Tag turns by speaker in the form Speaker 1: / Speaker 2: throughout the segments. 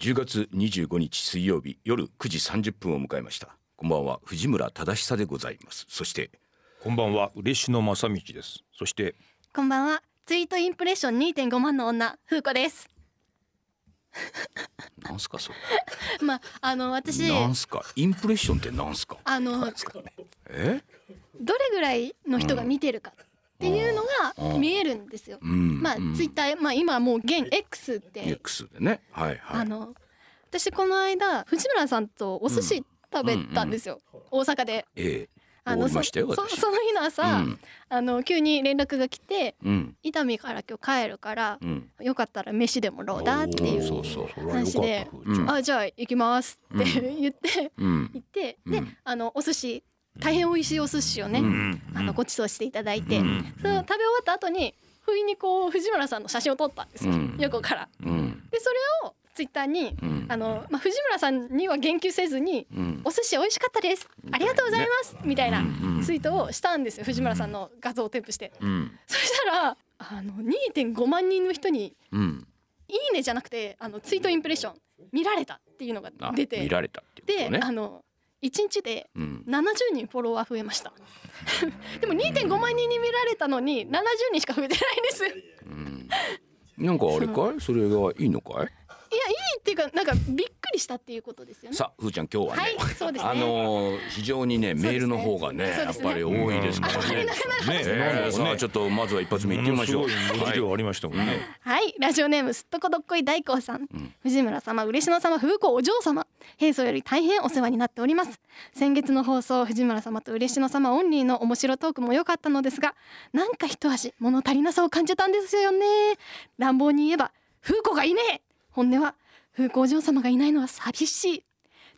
Speaker 1: 10月25日水曜日夜9時30分を迎えましたこんばんは藤村忠久でございますそして
Speaker 2: こんばんは嬉野正道ですそして
Speaker 3: こんばんは。ツイートインプレッション2.5万の女、風子です。
Speaker 1: なんすかそれ
Speaker 3: まあ、あの、私、
Speaker 1: なんすかインプレッションってなんすか
Speaker 3: あの、
Speaker 1: え
Speaker 3: どれぐらいの人が見てるか。っていうの
Speaker 1: うんう
Speaker 3: が
Speaker 1: ん
Speaker 3: 見えるんですよ。
Speaker 1: うん
Speaker 3: まあ、ツイッター、まあ、今はもう現 X って、
Speaker 1: X でねはいはい
Speaker 3: あの。私、この間、藤村さんとお寿司食べたんですよ。大阪で。
Speaker 1: ええ
Speaker 3: あ
Speaker 1: お
Speaker 3: の、
Speaker 1: りましたよ
Speaker 3: そ
Speaker 1: 私
Speaker 3: その日の朝、
Speaker 1: うん
Speaker 3: あの、急に連絡が来て。
Speaker 1: うん
Speaker 3: 伊丹から今日帰るから
Speaker 1: う、ん
Speaker 3: よかったら飯でもどうだってい
Speaker 2: おー
Speaker 3: う。
Speaker 2: そうそうそれはよかっ
Speaker 3: 話で
Speaker 2: たふーちゃん
Speaker 1: うん
Speaker 3: あ、じゃあ、行きますって 言って。
Speaker 1: うん
Speaker 3: 行って、
Speaker 1: う
Speaker 3: で
Speaker 1: ん
Speaker 3: あのお寿司大変美味しいお寿司をね、
Speaker 1: う
Speaker 2: うん
Speaker 3: あのご馳走していただいて、
Speaker 1: うん
Speaker 3: その食べ終わった後に不意にこう藤村さんの写真を撮ったんですよ、
Speaker 1: うん
Speaker 3: 横から。
Speaker 1: うん
Speaker 3: でそれをツイッターに、
Speaker 1: うん
Speaker 3: あのまあ、藤村さんには言及せずに
Speaker 1: うん
Speaker 3: 「お寿司美味しかったですありがとうございます」みたいな
Speaker 1: うん
Speaker 3: ツイートをしたんですよ藤村さんの画像を添付して。
Speaker 1: うん
Speaker 3: そしたらあの2.5万人の人に
Speaker 1: うん
Speaker 3: 「いいね」じゃなくてあのツイートインプレッション見られたっていうのが
Speaker 1: あ
Speaker 3: 出
Speaker 1: 見
Speaker 3: て
Speaker 1: られたっていうこ
Speaker 3: で、
Speaker 1: とね
Speaker 3: あの1日で
Speaker 1: うん
Speaker 3: 70人フォロワー増えました でも2.5万人に見られたのに70人しか増えてないんですいやいい
Speaker 1: うんなんかあれかいそれがいいのかい
Speaker 3: っていうかなんかびっくりしたっていうことですよね
Speaker 1: さあふーちゃん今日はね、
Speaker 3: はいそうですね
Speaker 1: あのー非常にね
Speaker 3: すね
Speaker 1: メールの方がね
Speaker 3: そう
Speaker 1: や
Speaker 3: で
Speaker 1: っ
Speaker 3: すね
Speaker 1: ぱり多いですからね。
Speaker 2: ね
Speaker 1: えーさあちょっとまずは一発目いってみましょう。
Speaker 2: ものすごい文字量ありましたもんね
Speaker 3: はいラジオネームすっとこどっこい大光さん、藤村様嬉野様風子お嬢様平素より大変お世話になっております先月の放送藤村様と嬉野様オンリーの面白トークも良かったのですがなんか一足物足りなさを感じたんですよね乱暴に言えば風子がいねえ本音は風子お嬢様がいないのは寂しい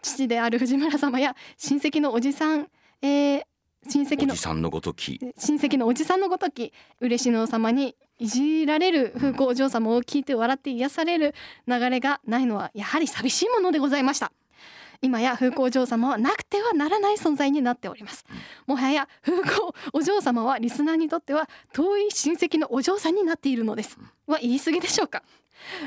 Speaker 3: 父である藤村様や親戚のおじさん、えー親戚
Speaker 1: お
Speaker 3: の
Speaker 1: じさんのごとき。
Speaker 3: 親戚のおじさんのごとき嬉野様にいじられる風光お嬢様を聞いて笑って癒される流れがないのはやはり寂しいものでございました今や風光お嬢様はなくてはならない存在になっておりますもはや風光お嬢様はリスナーにとっては遠い親戚のお嬢さんになっているのですは言い過ぎでしょうか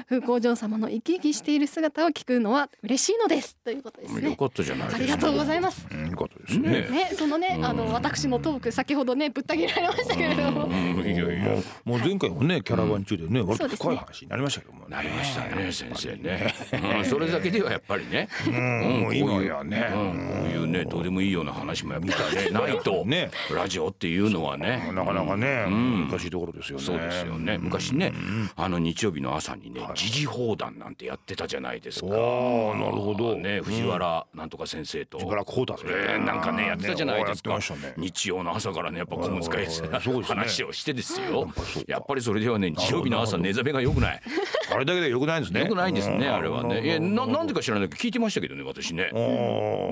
Speaker 3: 風光お嬢様の生き生きしている姿を聞くのは嬉しいのですということです
Speaker 1: よ
Speaker 3: ね
Speaker 1: かったじゃないです
Speaker 3: あ
Speaker 1: か。
Speaker 3: りがとうございます
Speaker 2: うんよかったですね
Speaker 3: ね、そのね、あの私のトーク先ほどねぶった切られましたけれども、
Speaker 1: うんいやいや
Speaker 2: もう前回もねキャラバン中でね割と深い話になりましたけどもね
Speaker 1: なりましたね先生ね。うんそれだけではやっぱりね。うん
Speaker 2: もう今やね
Speaker 1: うんこういうねどうでもいいような話もやっぱりねないと
Speaker 2: ね
Speaker 1: ラジオっていうのはね。
Speaker 2: なかなかね
Speaker 1: ん
Speaker 2: 難しいところですよね
Speaker 1: そうですよね昔ねあの日曜日の朝にね時事放談なんてやってたじゃないです
Speaker 2: あ
Speaker 1: か
Speaker 2: あ。なるほど
Speaker 1: ね藤原なんとか先生と、
Speaker 2: 藤原浩太先生
Speaker 1: えーなんかねやってたじゃないですか、
Speaker 2: ねやってましたね
Speaker 1: 日曜の朝からねやっぱ小難し
Speaker 2: はい
Speaker 1: い
Speaker 2: はいはいそうですね
Speaker 1: 話をしてです
Speaker 2: や
Speaker 1: よ
Speaker 2: っぱそうか
Speaker 1: やっぱりそれではね日曜日の朝
Speaker 2: な
Speaker 1: 寝
Speaker 2: るほど
Speaker 1: 覚めが良くない
Speaker 2: あれだけでよくないんですね
Speaker 1: 良くないんですねあれはねいやななんで
Speaker 2: か
Speaker 1: か知らないけど聞いてましたけどね私ね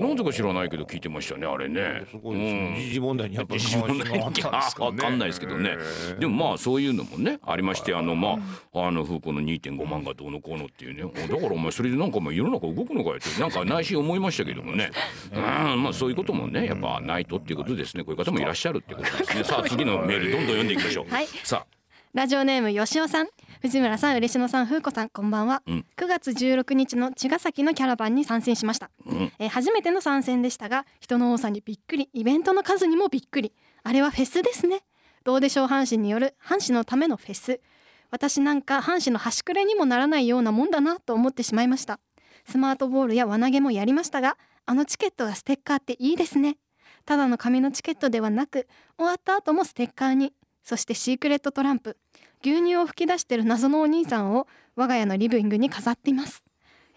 Speaker 1: なんでか知らないけど聞いてましたねあれね
Speaker 2: すごいですね。時事問題にやっぱり
Speaker 1: 自信もない
Speaker 2: 関心があった
Speaker 1: あわかんないですけどね。でもまあそういうのもねありましてあのまああの風子の2.5万がどうのこうのっていうねおだからお前それでなんかお前世の中動くのかよってなんか内心思いましたけども ね。うんまあそういうこともねやっぱないとっていうことですねこういう方もいらっしゃるっていうことですね。さあ次のメールどんどん読んでいきましょう。
Speaker 3: はい
Speaker 1: さ
Speaker 3: ラジオネーム吉尾さん藤村さん嬉野さん風子さんこんばんは、
Speaker 1: うん
Speaker 3: 9月16日の茅ヶ崎のキャラバンに参戦しました、
Speaker 1: ん
Speaker 3: えー初めての参戦でしたが人の多さにびっくりイベントの数にもびっくりあれはフェスですねどうでしょう阪神による阪神のためのフェス私なんか阪神の端くれにもならないようなもんだなと思ってしまいましたスマートボールや輪投げもやりましたがあのチケットがステッカーっていいですねただの紙のチケットではなく終わった後もステッカーにそしてシークレットトランプ牛乳を吹き出してる謎のお兄さんを我が家のリビングに飾っています、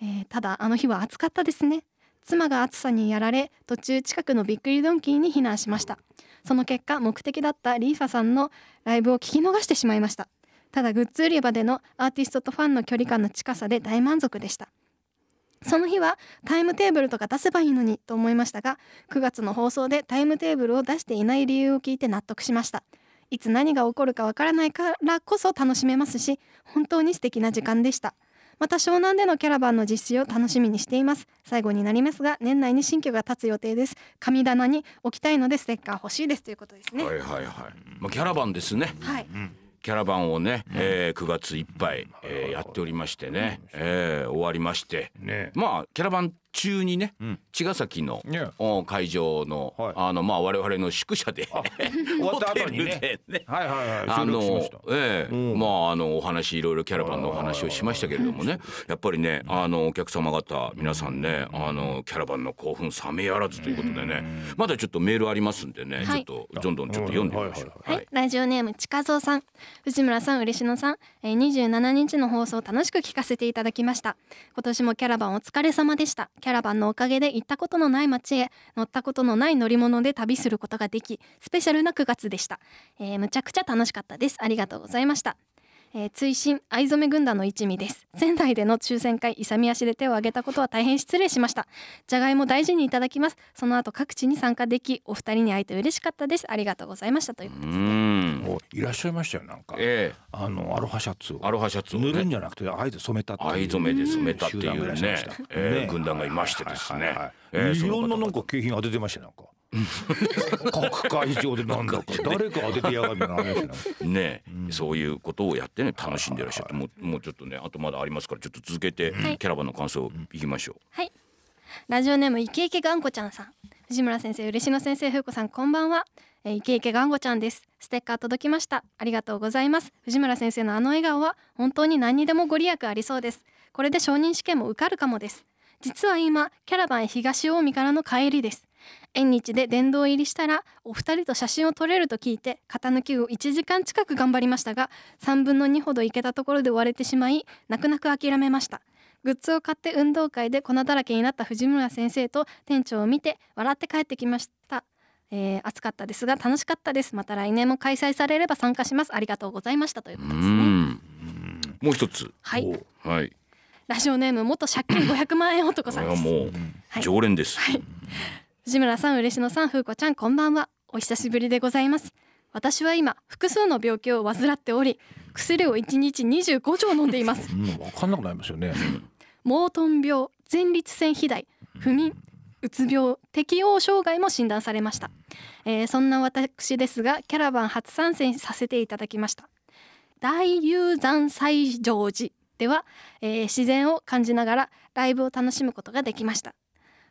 Speaker 3: えーただあの日は暑かったですね妻が暑さにやられ途中近くのびっくりドンキーに避難しましたその結果目的だったリーファさんのライブを聞き逃してしまいましたただグッズ売り場でのアーティストとファンの距離感の近さで大満足でしたその日はタイムテーブルとか出せばいいのにと思いましたが9月の放送でタイムテーブルを出していない理由を聞いて納得しましたいつ何が起こるかわからないからこそ楽しめますし本当に素敵な時間でしたまた湘南でのキャラバンの実施を楽しみにしています最後になりますが年内に新居が建つ予定です神棚に置きたいのでステッカー欲しいですということです
Speaker 1: あ
Speaker 3: ね
Speaker 1: はいはいはい。まあキャラバンですね。
Speaker 3: はい、
Speaker 1: キャラバンをね、えー9月いっぱい、えーやっておりましてね、えー終わりまして、
Speaker 2: ね
Speaker 1: まあキャラバン中にね、
Speaker 2: うん
Speaker 1: 茅ヶ崎の、
Speaker 2: ね
Speaker 1: お会場の、
Speaker 2: はい
Speaker 1: あのまあ我々の宿舎で
Speaker 2: 終 わ
Speaker 1: ホ
Speaker 2: った
Speaker 1: テ
Speaker 2: 後に
Speaker 1: ル
Speaker 2: ね
Speaker 1: でね。
Speaker 2: はいはいはい
Speaker 1: あ
Speaker 2: 収
Speaker 1: の
Speaker 2: 録しました
Speaker 1: ええ
Speaker 2: うん
Speaker 1: まああのお話いろいろキャラバンのお話をしましたけれどもねやっぱりねあのお客様方皆さんねあのキャラバンの興奮冷めやらずということでねまだちょっとメールありますんでね、
Speaker 3: はい
Speaker 1: ちょっとどんどんちょっと読んでみましょう。
Speaker 3: はい、ラジオネームちかぞうさん藤村さん嬉野さん、えー、27日の放送楽しく聞かせていただきました今年もキャラバンお疲れ様でしたキャラバンのおかげで行ったことのない街へ乗ったことのない乗り物で旅することができスペシャルな9月でした、えー、むちゃくちゃ楽しかったですありがとうございましたえー追伸藍染軍団の一味です仙台での抽選会勇み足で手を挙げたことは大変失礼しましたじゃがいも大事にいただきますその後各地に参加できお二人に会えて嬉しかったですありがとうございましたという
Speaker 1: うーん
Speaker 2: おいらっしゃいましたよなんか
Speaker 1: ええ
Speaker 2: あのアロハシャツを
Speaker 1: アロハシャツを
Speaker 2: 塗
Speaker 1: ね
Speaker 2: るんじゃなくて藍で染めたっていう
Speaker 1: 藍染めで染めたってい
Speaker 2: 集団が
Speaker 1: う
Speaker 2: らっ
Speaker 1: ね
Speaker 2: しゃいました
Speaker 1: え
Speaker 2: ね
Speaker 1: え軍団がいましてです
Speaker 2: はい
Speaker 1: ね
Speaker 2: はいはい
Speaker 1: ええ
Speaker 2: い
Speaker 1: そ
Speaker 2: ろ
Speaker 1: 方
Speaker 2: んなな
Speaker 1: 々
Speaker 2: んか景品当ててましたよなんか各会場でなんだか誰か当ててやがるみたいなのありましたね
Speaker 1: ね、そういうことをやってね楽しんでらっしゃって、もうもうちょっとねあとまだありますからちょっと続けて、
Speaker 3: い
Speaker 1: キャラバンの感想いきましょ
Speaker 3: はい。ラジオネームイケイケがんこちゃんさん。藤村先生、嬉野先生、ふうこさん、こんばんは。えーイケイケがんこちゃんです。ステッカー届きました。ありがとうございます。藤村先生のあの笑顔は本当に何にでもご利益ありそうです。これで承認試験も受かるかもです。実は今、キャラバン東近江からの帰りです。縁日で殿堂入りしたらお二人と写真を撮れると聞いて型抜きを1時間近く頑張りましたが3分の2ほどいけたところで終われてしまい泣く泣く諦めましたグッズを買って運動会で粉だらけになった藤村先生と店長を見て笑って帰ってきました、えー、暑かったですが楽しかったですまた来年も開催されれば参加しますありがとうございましたというこ
Speaker 1: う。
Speaker 3: と
Speaker 1: う
Speaker 3: ですね
Speaker 1: んもう一つ
Speaker 3: はい
Speaker 2: おう
Speaker 1: はい
Speaker 3: ラジオネーム元借金500万円男
Speaker 1: こ
Speaker 3: さ
Speaker 1: れ
Speaker 3: ん
Speaker 1: は
Speaker 3: です
Speaker 1: もう
Speaker 3: はい
Speaker 1: 常連です、
Speaker 3: 藤村さん嬉野さん風子ちゃんこんばんはお久しぶりでございます私は今複数の病気を患っており薬を1日25錠飲んでいます
Speaker 2: うん分かんなくなりますよね
Speaker 3: モートン病前立腺肥大不眠うつ病適応障害も診断されました、えーそんな私ですがキャラバン初参戦させていただきました大雄山最上寺では、えー自然を感じながらライブを楽しむことができました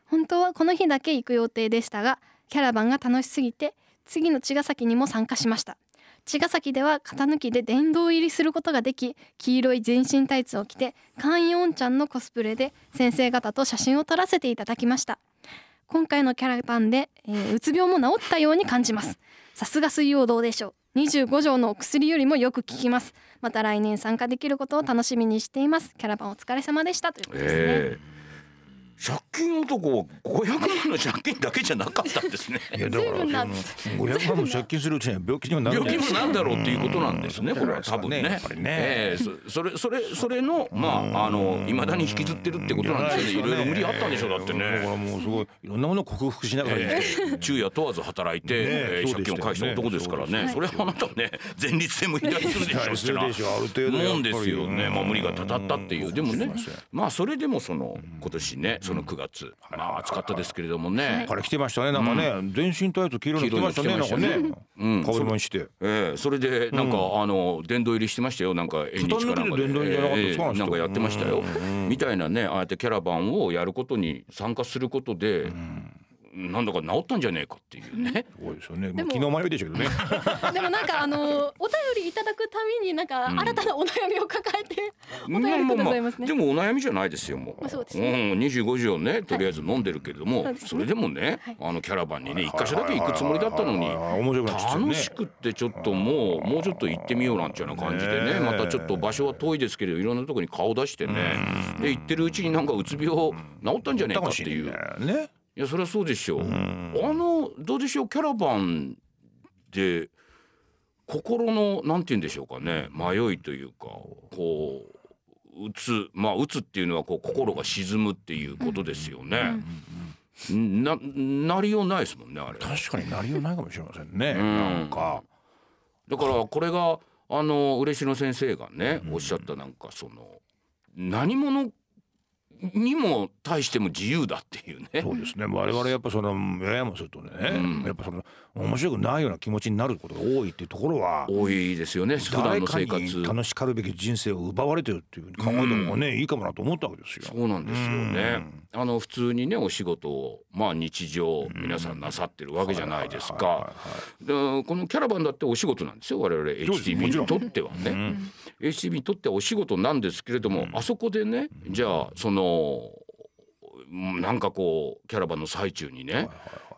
Speaker 3: 本当はこの日だけ行く予定でしたがキャラバンが楽しすぎて次の茅ヶ崎にも参加しました茅ヶ崎では型抜きで殿堂入りすることができ黄色い全身タイツを着てカンイオンちゃんのコスプレで先生方と写真を撮らせていただきました今回のキャラバンで、えーうつ病も治ったように感じますさすが水曜どうでしょう25条のお薬よりもよく効きますまた来年参加できることを楽しみにしていますキャラバンお疲れ様でしたということですね、
Speaker 1: ええ借金男は500万の借金だけじゃなかったんですね
Speaker 2: いやだから
Speaker 3: 随分な
Speaker 2: その500万も借金するうちには病気にもなる
Speaker 1: 病
Speaker 2: んじゃ
Speaker 1: 気も
Speaker 2: ないですか
Speaker 1: なんだろうっていうことなんですね。
Speaker 2: うん
Speaker 1: これは多分ね。
Speaker 2: やっぱりね
Speaker 1: ええそそれそれそれのまああの未だに引きずってるってことなんですけど、いろいろ無理あったんでしょうだって
Speaker 2: だから
Speaker 1: ね。
Speaker 2: もうすごいいろんなものを克服しながら生きて
Speaker 1: え
Speaker 2: る
Speaker 1: え昼夜問わず働いて、ええ
Speaker 2: そう
Speaker 1: 借
Speaker 2: で
Speaker 1: 金を
Speaker 2: したよね
Speaker 1: 返した男ですからね。そ
Speaker 3: そう
Speaker 1: れ
Speaker 3: で
Speaker 1: はあなたね前立腺も左するでしょう
Speaker 2: 左
Speaker 1: し
Speaker 2: するでしょうある程度やっぱり
Speaker 1: もんですよね。
Speaker 2: うん
Speaker 1: まあ無理がたたったっていううんでもね
Speaker 2: そうですね。
Speaker 1: まあそれでもその今年ねその9月まあ暑かったですけれどもね。
Speaker 2: から来てましたねなんかね、全身タイツ黄色いの着てましたねなんかね、
Speaker 1: うん
Speaker 2: かぶりもんして
Speaker 1: ええ、それでなんか、あの殿堂入りしてましたよなんか縁日かなんか
Speaker 2: 片抜きで殿堂入りじゃなかった
Speaker 1: ええ
Speaker 2: そうなんです
Speaker 1: な
Speaker 2: よ
Speaker 1: んかやってましたよみたいなねああやってキャラバンをやることに参加することで、なんだか治ったんじゃねえかっていうね
Speaker 2: すごいですよね
Speaker 3: で
Speaker 2: も
Speaker 3: も
Speaker 2: う昨日迷いでしたけどね
Speaker 3: でもなんかあのお便りいただくためになんか新たなお悩みを抱えてお便りくださいますね。
Speaker 1: でもお悩みじゃないですよもう,、
Speaker 3: まあそうです
Speaker 1: ん25時をねとりあえず飲んでるけれども、
Speaker 3: はい
Speaker 1: それでもね、
Speaker 3: はい
Speaker 1: あのキャラバンにね一箇所だけ行くつもりだったのに
Speaker 2: はいはいはいはい面白くなっちゃったね
Speaker 1: 楽しくってちょっともうもうちょっと行ってみようなんていうような感じでね
Speaker 2: ねえ
Speaker 1: またちょっと場所は遠いですけれどいろんなとこに顔出してねで行ってるうちになんかうつ病治ったんじゃねえかっていう
Speaker 2: ね
Speaker 1: いやそれはそうでしょうあのどうでしょうキャラバンで心のなんて言うんでしょうかね迷いというかこう打つまあ打つっていうのはこう心が沈むっていうことですよね。ななりようないですもんねあれ。
Speaker 2: 確かになりようないかもしれませんね、
Speaker 1: ん
Speaker 2: なんか
Speaker 1: だからこれがあの嬉野先生がねおっしゃったなんかその何者にも対しても自由だっていうね
Speaker 2: そうですね我々やっぱそのややもするとね、
Speaker 1: うん
Speaker 2: やっぱその面白くないような気持ちになることが多いっていうところは
Speaker 1: 多いですよね普段
Speaker 2: 誰
Speaker 1: の
Speaker 2: か
Speaker 1: 生活
Speaker 2: に楽しかるべき人生を奪われてるっていうふうに考えたのがね、いいかもなと思ったわけですよ。
Speaker 1: そうなんですよね
Speaker 2: うん。
Speaker 1: あの普通にねお仕事をまあ日常皆さんなさってるわけじゃないです
Speaker 2: はいはい
Speaker 1: か。でこのキャラバンだってお仕事なんですよ我々
Speaker 2: そうです
Speaker 1: HTB
Speaker 2: もちろん
Speaker 1: にとっては
Speaker 2: はいはい。う
Speaker 1: ね。
Speaker 2: ん
Speaker 1: HTB にとってはお仕事なんですけれども、あそこでねじゃあそのなんかこうキャラバンの最中にね、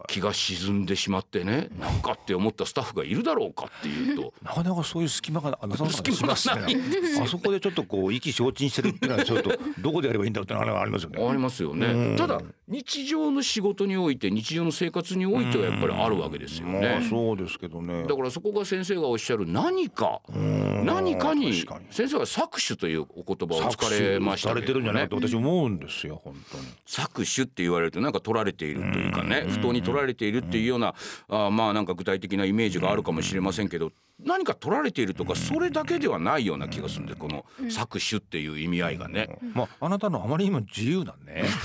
Speaker 1: 気が沈んでしまってねなんかって思ったスタッフがいるだろうかっていう と
Speaker 2: なかなかそういう隙間がなさそうな気がします
Speaker 1: 隙間ない
Speaker 2: ね。あそこでちょっとこう意気消沈してるっていうのはちょっとどこでやればいいんだろうっていうのはありますよね。
Speaker 1: ありますよ
Speaker 2: う
Speaker 1: ね
Speaker 2: ん
Speaker 1: ただ日常の仕事において日常の生活においてはやっぱりあるわけですよ
Speaker 2: まあ
Speaker 1: ね。
Speaker 2: そうですけどね。
Speaker 1: だからそこが先生がおっしゃる何か
Speaker 2: うん
Speaker 1: 何かに
Speaker 2: 確かに
Speaker 1: 先生は搾取というお言葉を使われました
Speaker 2: 搾取され
Speaker 1: けど
Speaker 2: てるんじゃない
Speaker 1: ね
Speaker 2: かと私思うんですよ本当に。
Speaker 1: 搾取って言われるとなんか取られているというかね不当に取られているっていうようなあーまあなんか具体的なイメージがあるかもしれませんけど何か取られているとかそれだけではないような気がするんでこの搾取っていう意味合いがね。
Speaker 2: まあ、あなたのあまりにも自由なね。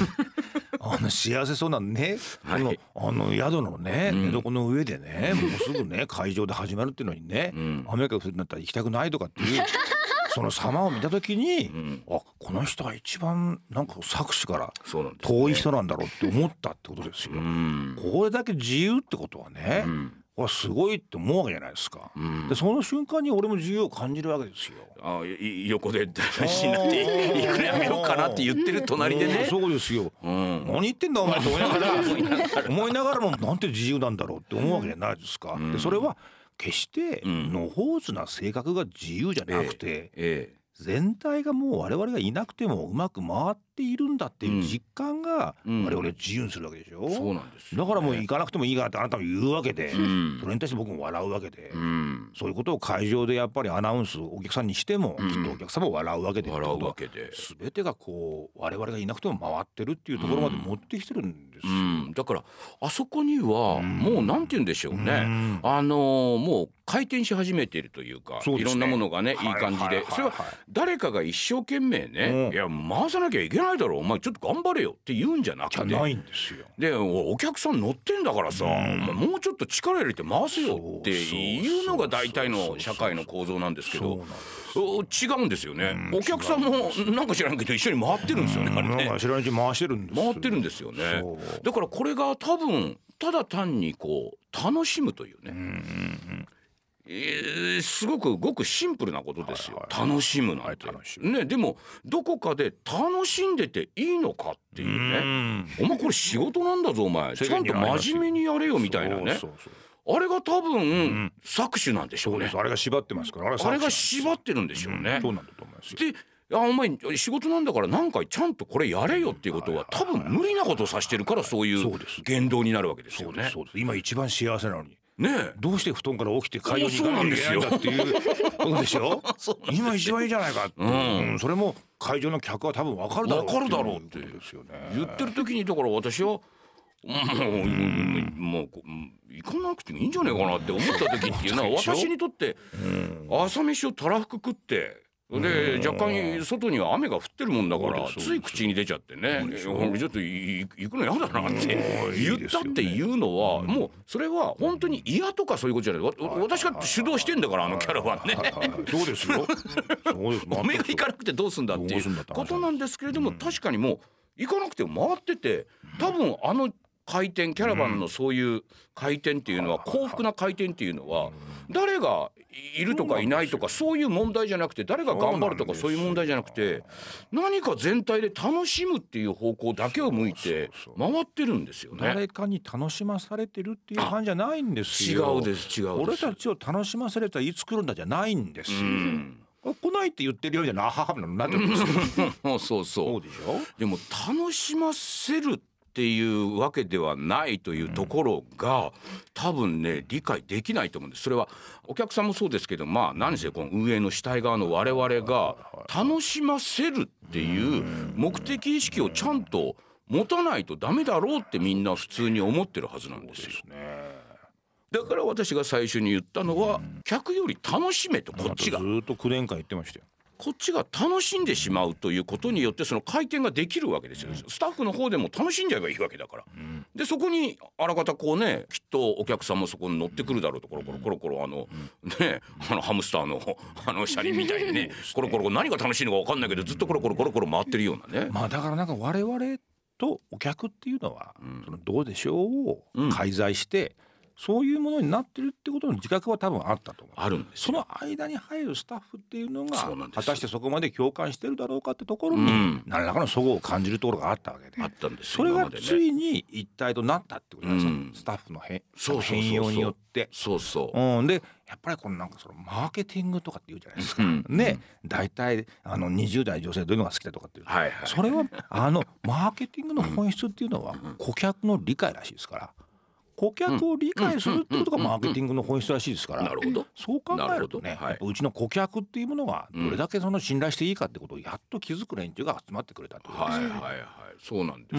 Speaker 2: あの幸せそうなね、
Speaker 1: はい
Speaker 2: このあの宿のね、
Speaker 1: うん
Speaker 2: 寝床の上でね、もうすぐね、 会場で始まるっていうのにね。
Speaker 1: うん
Speaker 2: 雨が降るんだったら行きたくないとかっ ていう、その様を見たとき
Speaker 1: う
Speaker 2: に。
Speaker 1: ん
Speaker 2: あ、この人は一番なんか作詞から
Speaker 1: そうなんですね
Speaker 2: 遠い人なんだろうって思ったってことですよ
Speaker 1: う。ん
Speaker 2: これだけ自由ってことはね
Speaker 1: う、ん
Speaker 2: これはすごいって思うわけじゃないですか。
Speaker 1: うん
Speaker 2: で、その瞬間に俺も自由を感じるわけですよ。
Speaker 1: あいい横で台無しになっていくらやめようかなって言ってる隣で
Speaker 2: うん
Speaker 1: ね。
Speaker 2: そうですよ。
Speaker 1: うん
Speaker 2: 何言ってんだお前って思いながら
Speaker 1: 思いなが
Speaker 2: 思いながらもなんて自由なんだろうって思うわけじゃないですか。
Speaker 1: うん
Speaker 2: でそれは決して
Speaker 1: うん
Speaker 2: 野放図な性格が自由じゃなくて、
Speaker 1: え
Speaker 2: 全体がもう我々がいなくてもうまく回っているんだっていう実感が
Speaker 1: う
Speaker 2: 我
Speaker 1: ん
Speaker 2: 々を自由にするわけでしょ。
Speaker 1: え、そうなんですよ
Speaker 2: だからもう行かなくてもいいかなってあなたも言うわけで、
Speaker 1: うん
Speaker 2: それに対して僕も笑うわけで。
Speaker 1: うん
Speaker 2: そういうことを会場でやっぱりアナウンスお客さんにしても、
Speaker 1: うん
Speaker 2: きっとお客様も笑うわけでって
Speaker 1: 笑
Speaker 2: こ
Speaker 1: う
Speaker 2: とは
Speaker 1: わけで。
Speaker 2: 全てがこう我々がいなくても回ってるっていうところまで持ってきてるんです
Speaker 1: う
Speaker 2: よ。
Speaker 1: ん、だからあそこには
Speaker 2: うん
Speaker 1: もうなんて言うんでしょうね。
Speaker 2: ね
Speaker 1: あのーもう回転し始めているというか
Speaker 2: そう
Speaker 1: い
Speaker 2: ですね
Speaker 1: ろんなものがねいい感じでそれは誰かが一生懸命ね「
Speaker 2: うん
Speaker 1: いや回さなきゃいけないだろうお前ちょっと頑張れよ」って言うんじゃな
Speaker 2: じゃ
Speaker 1: くて
Speaker 2: ないんですよ。
Speaker 1: でおお客さん乗ってんだからさ、
Speaker 2: うん
Speaker 1: お前もうちょっと力入れて回すよっていうのが
Speaker 2: そうそうそうそう
Speaker 1: 大体の社会の構造なんですけ
Speaker 2: そう
Speaker 1: ど
Speaker 2: なんですよ。
Speaker 1: お違うんですよね、
Speaker 2: うん
Speaker 1: お客さんもなんか知らんけど一緒に回ってるんですよね、あれ
Speaker 2: なん
Speaker 1: ね
Speaker 2: か知らないうちに回してるんですよ。
Speaker 1: 回ってるんですよね
Speaker 2: そう
Speaker 1: だからこれが多分ただ単にこう楽しむというね、
Speaker 2: うんうん
Speaker 1: えーすごくごくシンプルなことですよ、
Speaker 2: はいはい
Speaker 1: 楽しむなんて、
Speaker 2: はい楽しむ
Speaker 1: ねでもどこかで楽しんでていいのかっていううね、
Speaker 2: ん
Speaker 1: お前これ仕事なんだぞお前
Speaker 2: 世
Speaker 1: ちゃ
Speaker 2: 間
Speaker 1: ん
Speaker 2: に
Speaker 1: と
Speaker 2: はあります
Speaker 1: 真
Speaker 2: よ
Speaker 1: 面目にやれよみたいなね
Speaker 2: そうそうそう
Speaker 1: あれが多分、
Speaker 2: ん
Speaker 1: 搾取なんでしょ
Speaker 2: そううで
Speaker 1: ね
Speaker 2: す。あれが縛ってますから。あれ
Speaker 1: あれが縛ってるんでし
Speaker 2: て
Speaker 1: ょうね。
Speaker 2: そうなんだと思いますよ。
Speaker 1: であお前仕事なんだから何回ちゃんとこれやれよっていうことは多分無理なことをさしてるからそういう
Speaker 2: そうです
Speaker 1: 言動になるわけです
Speaker 2: そ
Speaker 1: よ
Speaker 2: うです
Speaker 1: ね。
Speaker 2: そうです。今一番幸せなのに。
Speaker 1: ねえ
Speaker 2: どうして布団から起きて会場に行かなきゃいけないんだっていうことでしょ今一番いいじゃないかって、
Speaker 1: うん
Speaker 2: うんそれも会場の客は多分分かるだろう
Speaker 1: 分かるだろうって
Speaker 2: いうことですよね
Speaker 1: 言ってる時にだから私はもうもうこう行かなくてもいいんじゃないかなって思った時っていうのは
Speaker 2: でしょ
Speaker 1: 私にとって朝飯をたらふく食って。で若干外には雨が降ってるもんだから
Speaker 2: そうです
Speaker 1: つい口に出ちゃってねちょっとい行くの嫌だなって
Speaker 2: うん
Speaker 1: 言ったっていうのはもうそれは本当に嫌とかそういうことじゃないわ私が主導してんだからあのキャラバンね
Speaker 2: はいはいはいそうですよそうです
Speaker 1: おめが行かなくてどうすんだって
Speaker 2: ど
Speaker 1: いう
Speaker 2: すんだって話
Speaker 1: ことなんですけれども、確かにもう行かなくても回ってて多分あの回転キャラバンのそういう回転っていうのは幸福な回転っていうのは誰がいるとかいないとかそういう問題じゃなくて誰が頑張るとかそういう問題じゃなくて何か全体で楽しむっていう方向だけを向いて回ってるんですよね。
Speaker 2: 誰かに楽しまされてるっていう感じじゃないんです
Speaker 1: 違
Speaker 2: よ
Speaker 1: うです違うで
Speaker 2: 俺
Speaker 1: す。
Speaker 2: たちを楽しませれたらいつ来るんだじゃないんですよ、
Speaker 1: うん、
Speaker 2: 来ないって言ってるようじゃなははみなのになってるんですよ
Speaker 1: そうそう。
Speaker 2: そうでしょ
Speaker 1: でも楽しませるっていうわけではないというところが多分ね理解できないと思うんですそれはお客さんもそうですけどまあ何せこの運営の主体側の我々が楽しませるっていう目的意識をちゃんと持たないとダメだろうってみんな普通に思ってるはずなんですよ。だから私が最初に言ったのは客より楽しめとこっちが
Speaker 2: ずーっと9年間言ってましたよ
Speaker 1: こっちが楽しんでしまうということによってその回転ができるわけですよ、スタッフの方でも楽しんじゃえばいいわけだから
Speaker 2: うん
Speaker 1: でそこにあらかたこうねきっとお客さんもそこに乗ってくるだろうとコロコロコロコロあのねあのハムスター のあの車輪みたいにねコロコロ何が楽しいのか分かんないけどずっとコロコロコロコロ回ってるようなね。
Speaker 2: まあだからなんか我々とお客っていうのは、
Speaker 1: うん
Speaker 2: そのどうでしょうを
Speaker 1: うん
Speaker 2: 介在して、そういうものになってるってことの自覚は多分あったと思う。
Speaker 1: あるんです
Speaker 2: そ
Speaker 1: よ
Speaker 2: の間に入るスタッフっていうのが
Speaker 1: そうなんです
Speaker 2: 果たしてそこまで共感してるだろうかってところ
Speaker 1: う
Speaker 2: に、
Speaker 1: ん、
Speaker 2: 何らかの齟齬を感じるところがあったわけで
Speaker 1: あったんです
Speaker 2: そ
Speaker 1: よ
Speaker 2: れ
Speaker 1: 今
Speaker 2: が
Speaker 1: まで
Speaker 2: つ
Speaker 1: ね。
Speaker 2: いに一体となったってことなんですよ、
Speaker 1: うん
Speaker 2: スタッフの変
Speaker 1: そうそうそうそう
Speaker 2: 変容によって。
Speaker 1: そうそう
Speaker 2: うん、でやっぱりこのなんかそのマーケティングとかって言うじゃないですか。
Speaker 1: うん
Speaker 2: ね大体あの20代女性どういうのが好きだとかっていうと、
Speaker 1: はいはい
Speaker 2: それはあのマーケティングの本質っていうのは顧客の理解らしいですから顧客を理解するってことがマーケティングの本質らしいですから。
Speaker 1: なるほど。
Speaker 2: そう考えると
Speaker 1: な
Speaker 2: ね
Speaker 1: るほどはい
Speaker 2: やっぱうちの顧客っていうものがどれだけその信頼していいかってことをやっと気づく連中が集まってくれたってことで
Speaker 1: は
Speaker 2: す
Speaker 1: い
Speaker 2: よ
Speaker 1: はい
Speaker 2: ね。
Speaker 1: はい、そうなんです
Speaker 2: う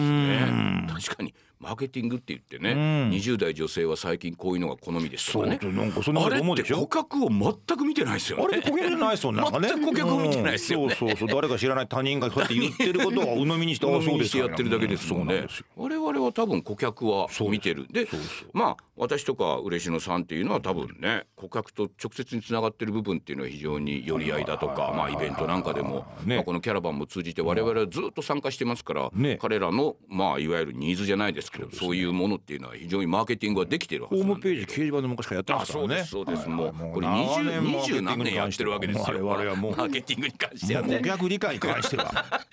Speaker 1: ね。
Speaker 2: ん
Speaker 1: 確かにマーケティングって言ってね、
Speaker 2: うん
Speaker 1: 20代女性は最近こういうのが好みですと
Speaker 2: そ
Speaker 1: か
Speaker 2: う
Speaker 1: ね。
Speaker 2: となんかそんなこ
Speaker 1: あ
Speaker 2: と
Speaker 1: れ
Speaker 2: 思
Speaker 1: っ
Speaker 2: う
Speaker 1: て
Speaker 2: でし
Speaker 1: 顧
Speaker 2: ょ。
Speaker 1: 客を全く見てないですよ
Speaker 2: あ
Speaker 1: ね。
Speaker 2: れって顧客じゃないですよねなんかね。
Speaker 1: 全く顧客見てないですよね
Speaker 2: うんそうそうそう誰か知らない他人がこうやって言ってることを鵜呑みにして、あ
Speaker 1: 鵜
Speaker 2: そ
Speaker 1: 呑
Speaker 2: う
Speaker 1: み
Speaker 2: で
Speaker 1: にし
Speaker 2: す
Speaker 1: て
Speaker 2: か
Speaker 1: やってるだけですもん
Speaker 2: そうな
Speaker 1: ね
Speaker 2: ですよ。
Speaker 1: 我々は多分顧客は
Speaker 2: そうです
Speaker 1: 見てる。で
Speaker 2: そうそう
Speaker 1: まあ私とか嬉野さんっていうのは多分ね顧客と直接につながってる部分っていうのは非常に寄り合いだと
Speaker 2: はいは
Speaker 1: か
Speaker 2: い
Speaker 1: ま
Speaker 2: は
Speaker 1: あ
Speaker 2: い
Speaker 1: イ
Speaker 2: はい
Speaker 1: ベントなんかでも、
Speaker 2: ね
Speaker 1: まあ、このキャラバンも通じて我々はずっと参加してますから、
Speaker 2: ね
Speaker 1: 彼らのまあいわゆるニーズじゃないですけどそう,、いうものっていうのは非常にマーケティングはできてるはず
Speaker 2: ホ
Speaker 1: な
Speaker 2: ー
Speaker 1: んで
Speaker 2: ムページ掲示板で昔からやってま
Speaker 1: あ
Speaker 2: すから
Speaker 1: そう
Speaker 2: ね。
Speaker 1: ですそうです、
Speaker 2: はいはい
Speaker 1: もうこれ
Speaker 2: 長
Speaker 1: 20
Speaker 2: 年マーケティングに
Speaker 1: 20何年や
Speaker 2: 関
Speaker 1: っ
Speaker 2: して
Speaker 1: るわけですよ
Speaker 2: 我々はもう
Speaker 1: マーケティングに関して
Speaker 2: も
Speaker 1: は
Speaker 2: う顧
Speaker 1: ね
Speaker 2: 客理解に関しては。
Speaker 3: お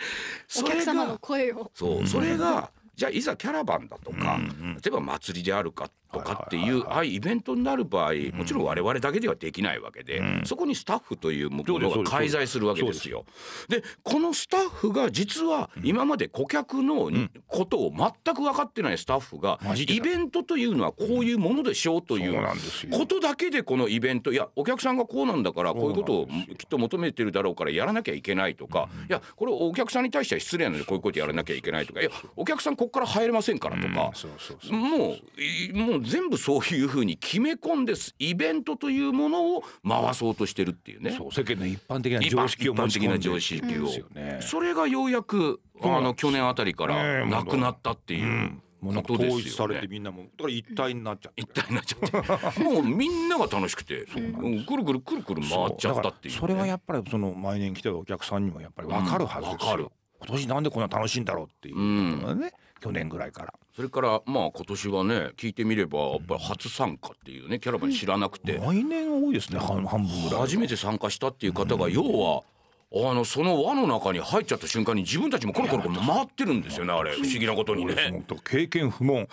Speaker 1: そ
Speaker 3: 客
Speaker 1: れ
Speaker 3: 様の
Speaker 1: が
Speaker 3: 声を
Speaker 1: そうそれがじゃあいざキャラバンだとか、例えば祭りであるかとかっていう、ああいうイベントになる場合もちろん我々だけではできないわけで、そこにスタッフというものが介在するわけですよ。でこのスタッフが実は今まで顧客のことを全く分かってないスタッフが、
Speaker 2: マジで
Speaker 1: イベントというのはこういうものでしょうという
Speaker 2: そうなんですよ
Speaker 1: ことだけでこのイベントいやお客さんがこうなんだからこういうことをきっと求めてるだろうからやらなきゃいけないとか、いやこれお客さんに対しては失礼なのでこういうことやらなきゃいけないとかいやお客さんここから入れませんからとか、
Speaker 2: そうそうそう。
Speaker 1: もういもう全部そういうふうに決め込んですイベントというものを回そうとしてるっていうね
Speaker 2: そう世間の一般的な
Speaker 1: 一
Speaker 2: 常
Speaker 1: 般
Speaker 2: 識を
Speaker 1: 一
Speaker 2: 持
Speaker 1: 般
Speaker 2: ち
Speaker 1: 的
Speaker 2: 込んで
Speaker 1: な常識
Speaker 2: で
Speaker 1: を、
Speaker 2: すよね。
Speaker 1: それがようやく
Speaker 2: そうな
Speaker 1: あ
Speaker 2: ん
Speaker 1: の
Speaker 2: ですよ
Speaker 1: 去年あたりか
Speaker 2: ねえ
Speaker 1: らなくなったっていう。
Speaker 2: もうなんか
Speaker 1: ことですよ
Speaker 2: 統
Speaker 1: ね
Speaker 2: 一されてみんなもうだから一体になっちゃって
Speaker 1: 一。体になっちゃってもうみんなが楽しくてうんぐるぐるくるくる回っちゃったっていうね、
Speaker 2: そうだからそれはやっぱりその毎年来てるお客さんにもやっぱり分かるはずですよ、
Speaker 1: うん分かる
Speaker 2: 今年なんでこんな楽しいんだろうっていううの
Speaker 1: ん、
Speaker 2: がね、去年ぐらいから
Speaker 1: それからまあ今年はね聞いてみればやっぱり初参加っていうねキャラバン知らなくて
Speaker 2: 来年多いですね半半分ぐらい
Speaker 1: 初めて参加したっていう方が要はあのその輪の中に入っちゃった瞬間に自分たちもコロコロコロ回ってるんですよねあれ不思議なことに
Speaker 2: 俺
Speaker 1: ね
Speaker 2: 本当経験不 問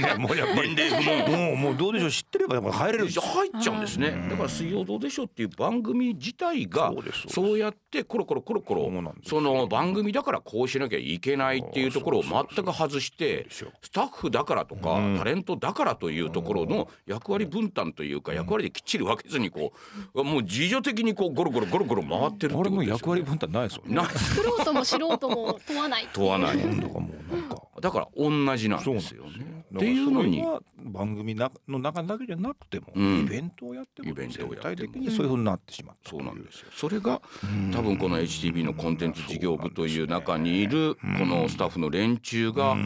Speaker 2: ねもうやっぱり
Speaker 1: 年齢不問
Speaker 2: もうもうどうでしょう知ってればやっぱ入れるんですよ
Speaker 1: 入っちゃうんですねだから「水曜どうでしょう」っていう番組自体が
Speaker 2: そうですそうです
Speaker 1: そうやってコロコロコロコ
Speaker 2: そうなん
Speaker 1: ロ
Speaker 2: です
Speaker 1: そ
Speaker 2: よ
Speaker 1: の番組だからこうしなきゃいけないっていうところを全く外して
Speaker 2: そうそうそう
Speaker 1: スタッフだからとかタレントだからというところの役割分担というか役割できっちり分けずにこうもう自助的にこうゴロゴロゴロゴロ回ってるってこ
Speaker 2: 俺
Speaker 1: と
Speaker 2: も
Speaker 1: ですよね
Speaker 2: 役割分担ないですよね
Speaker 1: な
Speaker 3: 素人も素人も問わないっていう
Speaker 1: 問わない
Speaker 2: なんだかもうなんか
Speaker 1: だから同じなん
Speaker 2: そうな
Speaker 1: で
Speaker 2: んです
Speaker 1: す
Speaker 2: よ
Speaker 1: よ
Speaker 2: ね
Speaker 1: ね。
Speaker 2: だ
Speaker 1: っ
Speaker 2: か
Speaker 1: て
Speaker 2: ら
Speaker 1: いうの
Speaker 2: そ
Speaker 1: に
Speaker 2: れは番組なの中だけじゃなくても、
Speaker 1: うん
Speaker 2: イベントをやっても
Speaker 1: イベントをやっても
Speaker 2: 全体的にそういうふうになってしまった
Speaker 1: そうなんですよそれが多分この HTB のコンテンツ事業部という中にいるこのスタッフの連中が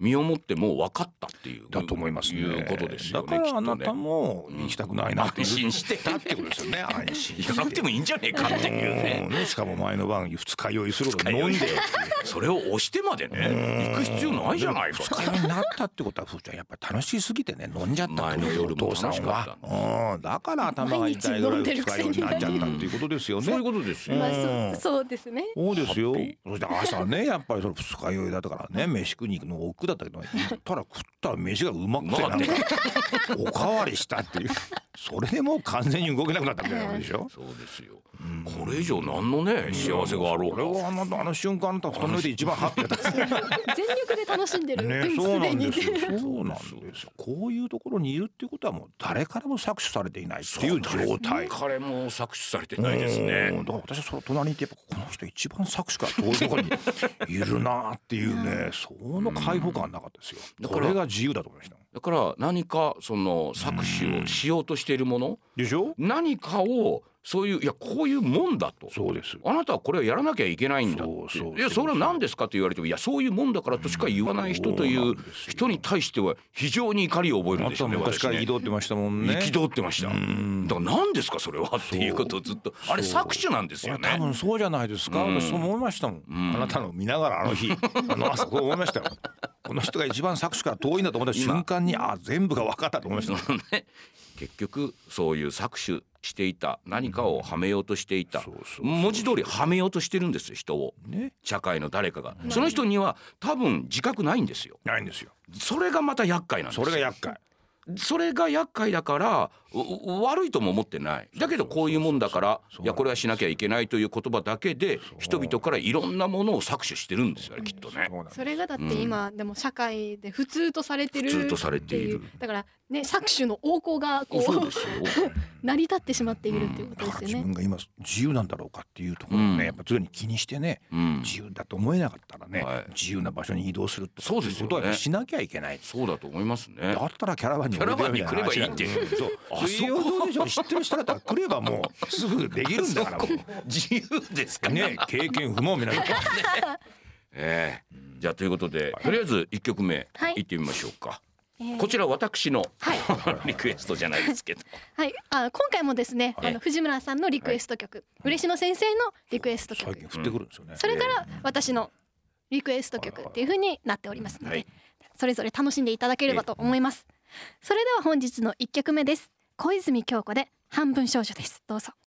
Speaker 1: 身をもってもう分かったっていう
Speaker 2: だと思いますね
Speaker 1: いうことですよね
Speaker 2: だか
Speaker 1: きっ
Speaker 2: らあ
Speaker 1: と
Speaker 2: な
Speaker 1: ね
Speaker 2: たも行きたくないなって
Speaker 1: 安
Speaker 2: い
Speaker 1: 心
Speaker 2: う
Speaker 1: して
Speaker 2: だってことですよね安心
Speaker 1: 行かなくてもいいんじゃねえかっていうね
Speaker 2: もうねしかも前の晩二日酔いするほど飲んで
Speaker 1: 二日酔いそれを押してまでね行く必要ないじゃないか
Speaker 2: 二日酔いになったってことはふーちゃんやっぱ楽しすぎてね飲んじゃったってこと
Speaker 1: 前の夜も楽しかった
Speaker 2: お父さんはうんだから頭が痛いぐらい二日酔いになっちゃったっていうことですよね
Speaker 1: そう いうことです
Speaker 3: ま
Speaker 1: よ
Speaker 3: あ
Speaker 2: うん
Speaker 3: そうそうですね
Speaker 2: そうですよ
Speaker 1: ハッピ。
Speaker 2: そして朝ね、やっぱりその二日酔いだったからね、飯食いに行くの億劫だったけど、行ったら食ったら飯がうまくて
Speaker 1: うま
Speaker 2: な
Speaker 1: か
Speaker 2: ん
Speaker 1: っ
Speaker 2: か
Speaker 1: たよ
Speaker 2: おかわりしたっていう。それでもう完全に動けなくなったみたいなことでしょ。
Speaker 1: そうですよこれ以上何のね幸せがあろ
Speaker 2: 俺
Speaker 1: うか
Speaker 2: はあのあの瞬間あなた布団の上で一番ハッピーだったんですよ。
Speaker 3: 全力で楽しんでる、
Speaker 2: ね、
Speaker 3: うん
Speaker 2: そう
Speaker 3: す
Speaker 2: な
Speaker 3: で
Speaker 2: ん
Speaker 3: に
Speaker 2: で
Speaker 3: ね
Speaker 2: すよ。そうなんですよ。こういうところにいるっていうことはもう誰からも搾取されていないっていう状態。
Speaker 1: 彼も搾取されてないですね
Speaker 2: うんだから私はその隣にいてやっぱこの人一番作詞から遠いところにいるなっていうね、その解放感はなかったですよ。
Speaker 1: だか
Speaker 2: こ
Speaker 1: ら
Speaker 2: れが自由だと思いました。
Speaker 1: だから何かその搾取をしようとしているもの
Speaker 2: でしょ？
Speaker 1: 何かをそういういやこういうもんだと
Speaker 2: そうです
Speaker 1: あなたはこれをやらなきゃいけないんだって
Speaker 2: そうそうそう
Speaker 1: いやそれは何ですかと言われてもいやそういうもんだからとしか言わない人とい
Speaker 2: そう
Speaker 1: う
Speaker 2: なんですよ
Speaker 1: 人に対しては非常に怒りを覚えるん
Speaker 2: ま
Speaker 1: でしょ
Speaker 2: た
Speaker 1: うね
Speaker 2: 昔から
Speaker 1: 私ね
Speaker 2: 移動ってましたもんね
Speaker 1: 憤ってましただか
Speaker 2: ん
Speaker 1: ら何ですかそれはっていうことをずっとあれ搾取なんですよね
Speaker 2: 多分そうじゃないですか、
Speaker 1: うん
Speaker 2: そう思いましたもん、
Speaker 1: ん
Speaker 2: あなたの見ながらあ の日あの朝こう思いましたよこの人が一番搾取から遠いんだと思った瞬間にあ全部が分かったと思いました
Speaker 1: そのね結局そういう搾取していた何かをはめようとしていた
Speaker 2: そうそうそう
Speaker 1: 文字通りはめようとしてるんですよ人を
Speaker 2: ね
Speaker 1: 社会の誰かがその人には多分自覚ないんですよ
Speaker 2: ないんですよ
Speaker 1: それがまた厄介なんです
Speaker 2: そ
Speaker 1: よ
Speaker 2: れが厄介
Speaker 1: それが厄介だからうう悪いとも思ってないだけどこういうもんだからいやこれはしなきゃいけないという言葉だけで人々からいろんなものを搾取してるんですよねきっとね
Speaker 2: そうなんで す
Speaker 3: それがだって今、でも社会で普通とされてる
Speaker 1: 普通とされている
Speaker 3: ってうだからね搾取の横行がこ
Speaker 1: そう
Speaker 3: う
Speaker 1: ですよ
Speaker 3: 成り立ってしまっているっていうこ
Speaker 2: だ
Speaker 3: とで
Speaker 2: から
Speaker 3: すよ
Speaker 2: 自
Speaker 3: ね
Speaker 2: 分。が今自由なんだろうかっていうところをね、
Speaker 1: うん
Speaker 2: やっぱ常に気にしてね
Speaker 1: うん
Speaker 2: 自由だと思えなかったらね、
Speaker 1: はい
Speaker 2: 自由な場所に移動するって
Speaker 1: そうですよね
Speaker 2: ことはしなきゃいけない
Speaker 1: そうだと思いますね
Speaker 2: だったらキャラバンに
Speaker 1: キャラバンに来ればいいって
Speaker 2: うんそう
Speaker 1: あ
Speaker 2: そういう
Speaker 1: そこ
Speaker 2: ことでしょ知ってる人だったら来ればもうすぐできるんだからもう
Speaker 1: 自由ですか
Speaker 2: ね経験不毛みたいな
Speaker 1: ええじゃあということでとりあえず一曲目
Speaker 3: はい
Speaker 1: いってみましょうか、
Speaker 3: えー
Speaker 1: こちら私の、
Speaker 3: は い
Speaker 1: リクエストじゃないですけど
Speaker 3: はい、あ今回もですね、
Speaker 1: はい
Speaker 3: あの藤村さんのリクエスト曲、嬉野先生のリクエスト曲
Speaker 2: 最近降ってくるんですよね
Speaker 3: それから私のリクエスト曲っていう風になっておりますので、
Speaker 1: はい
Speaker 3: それぞれ楽しんでいただければと思います。それでは本日の一曲目です。小泉今日子で半分少女です。どうぞ。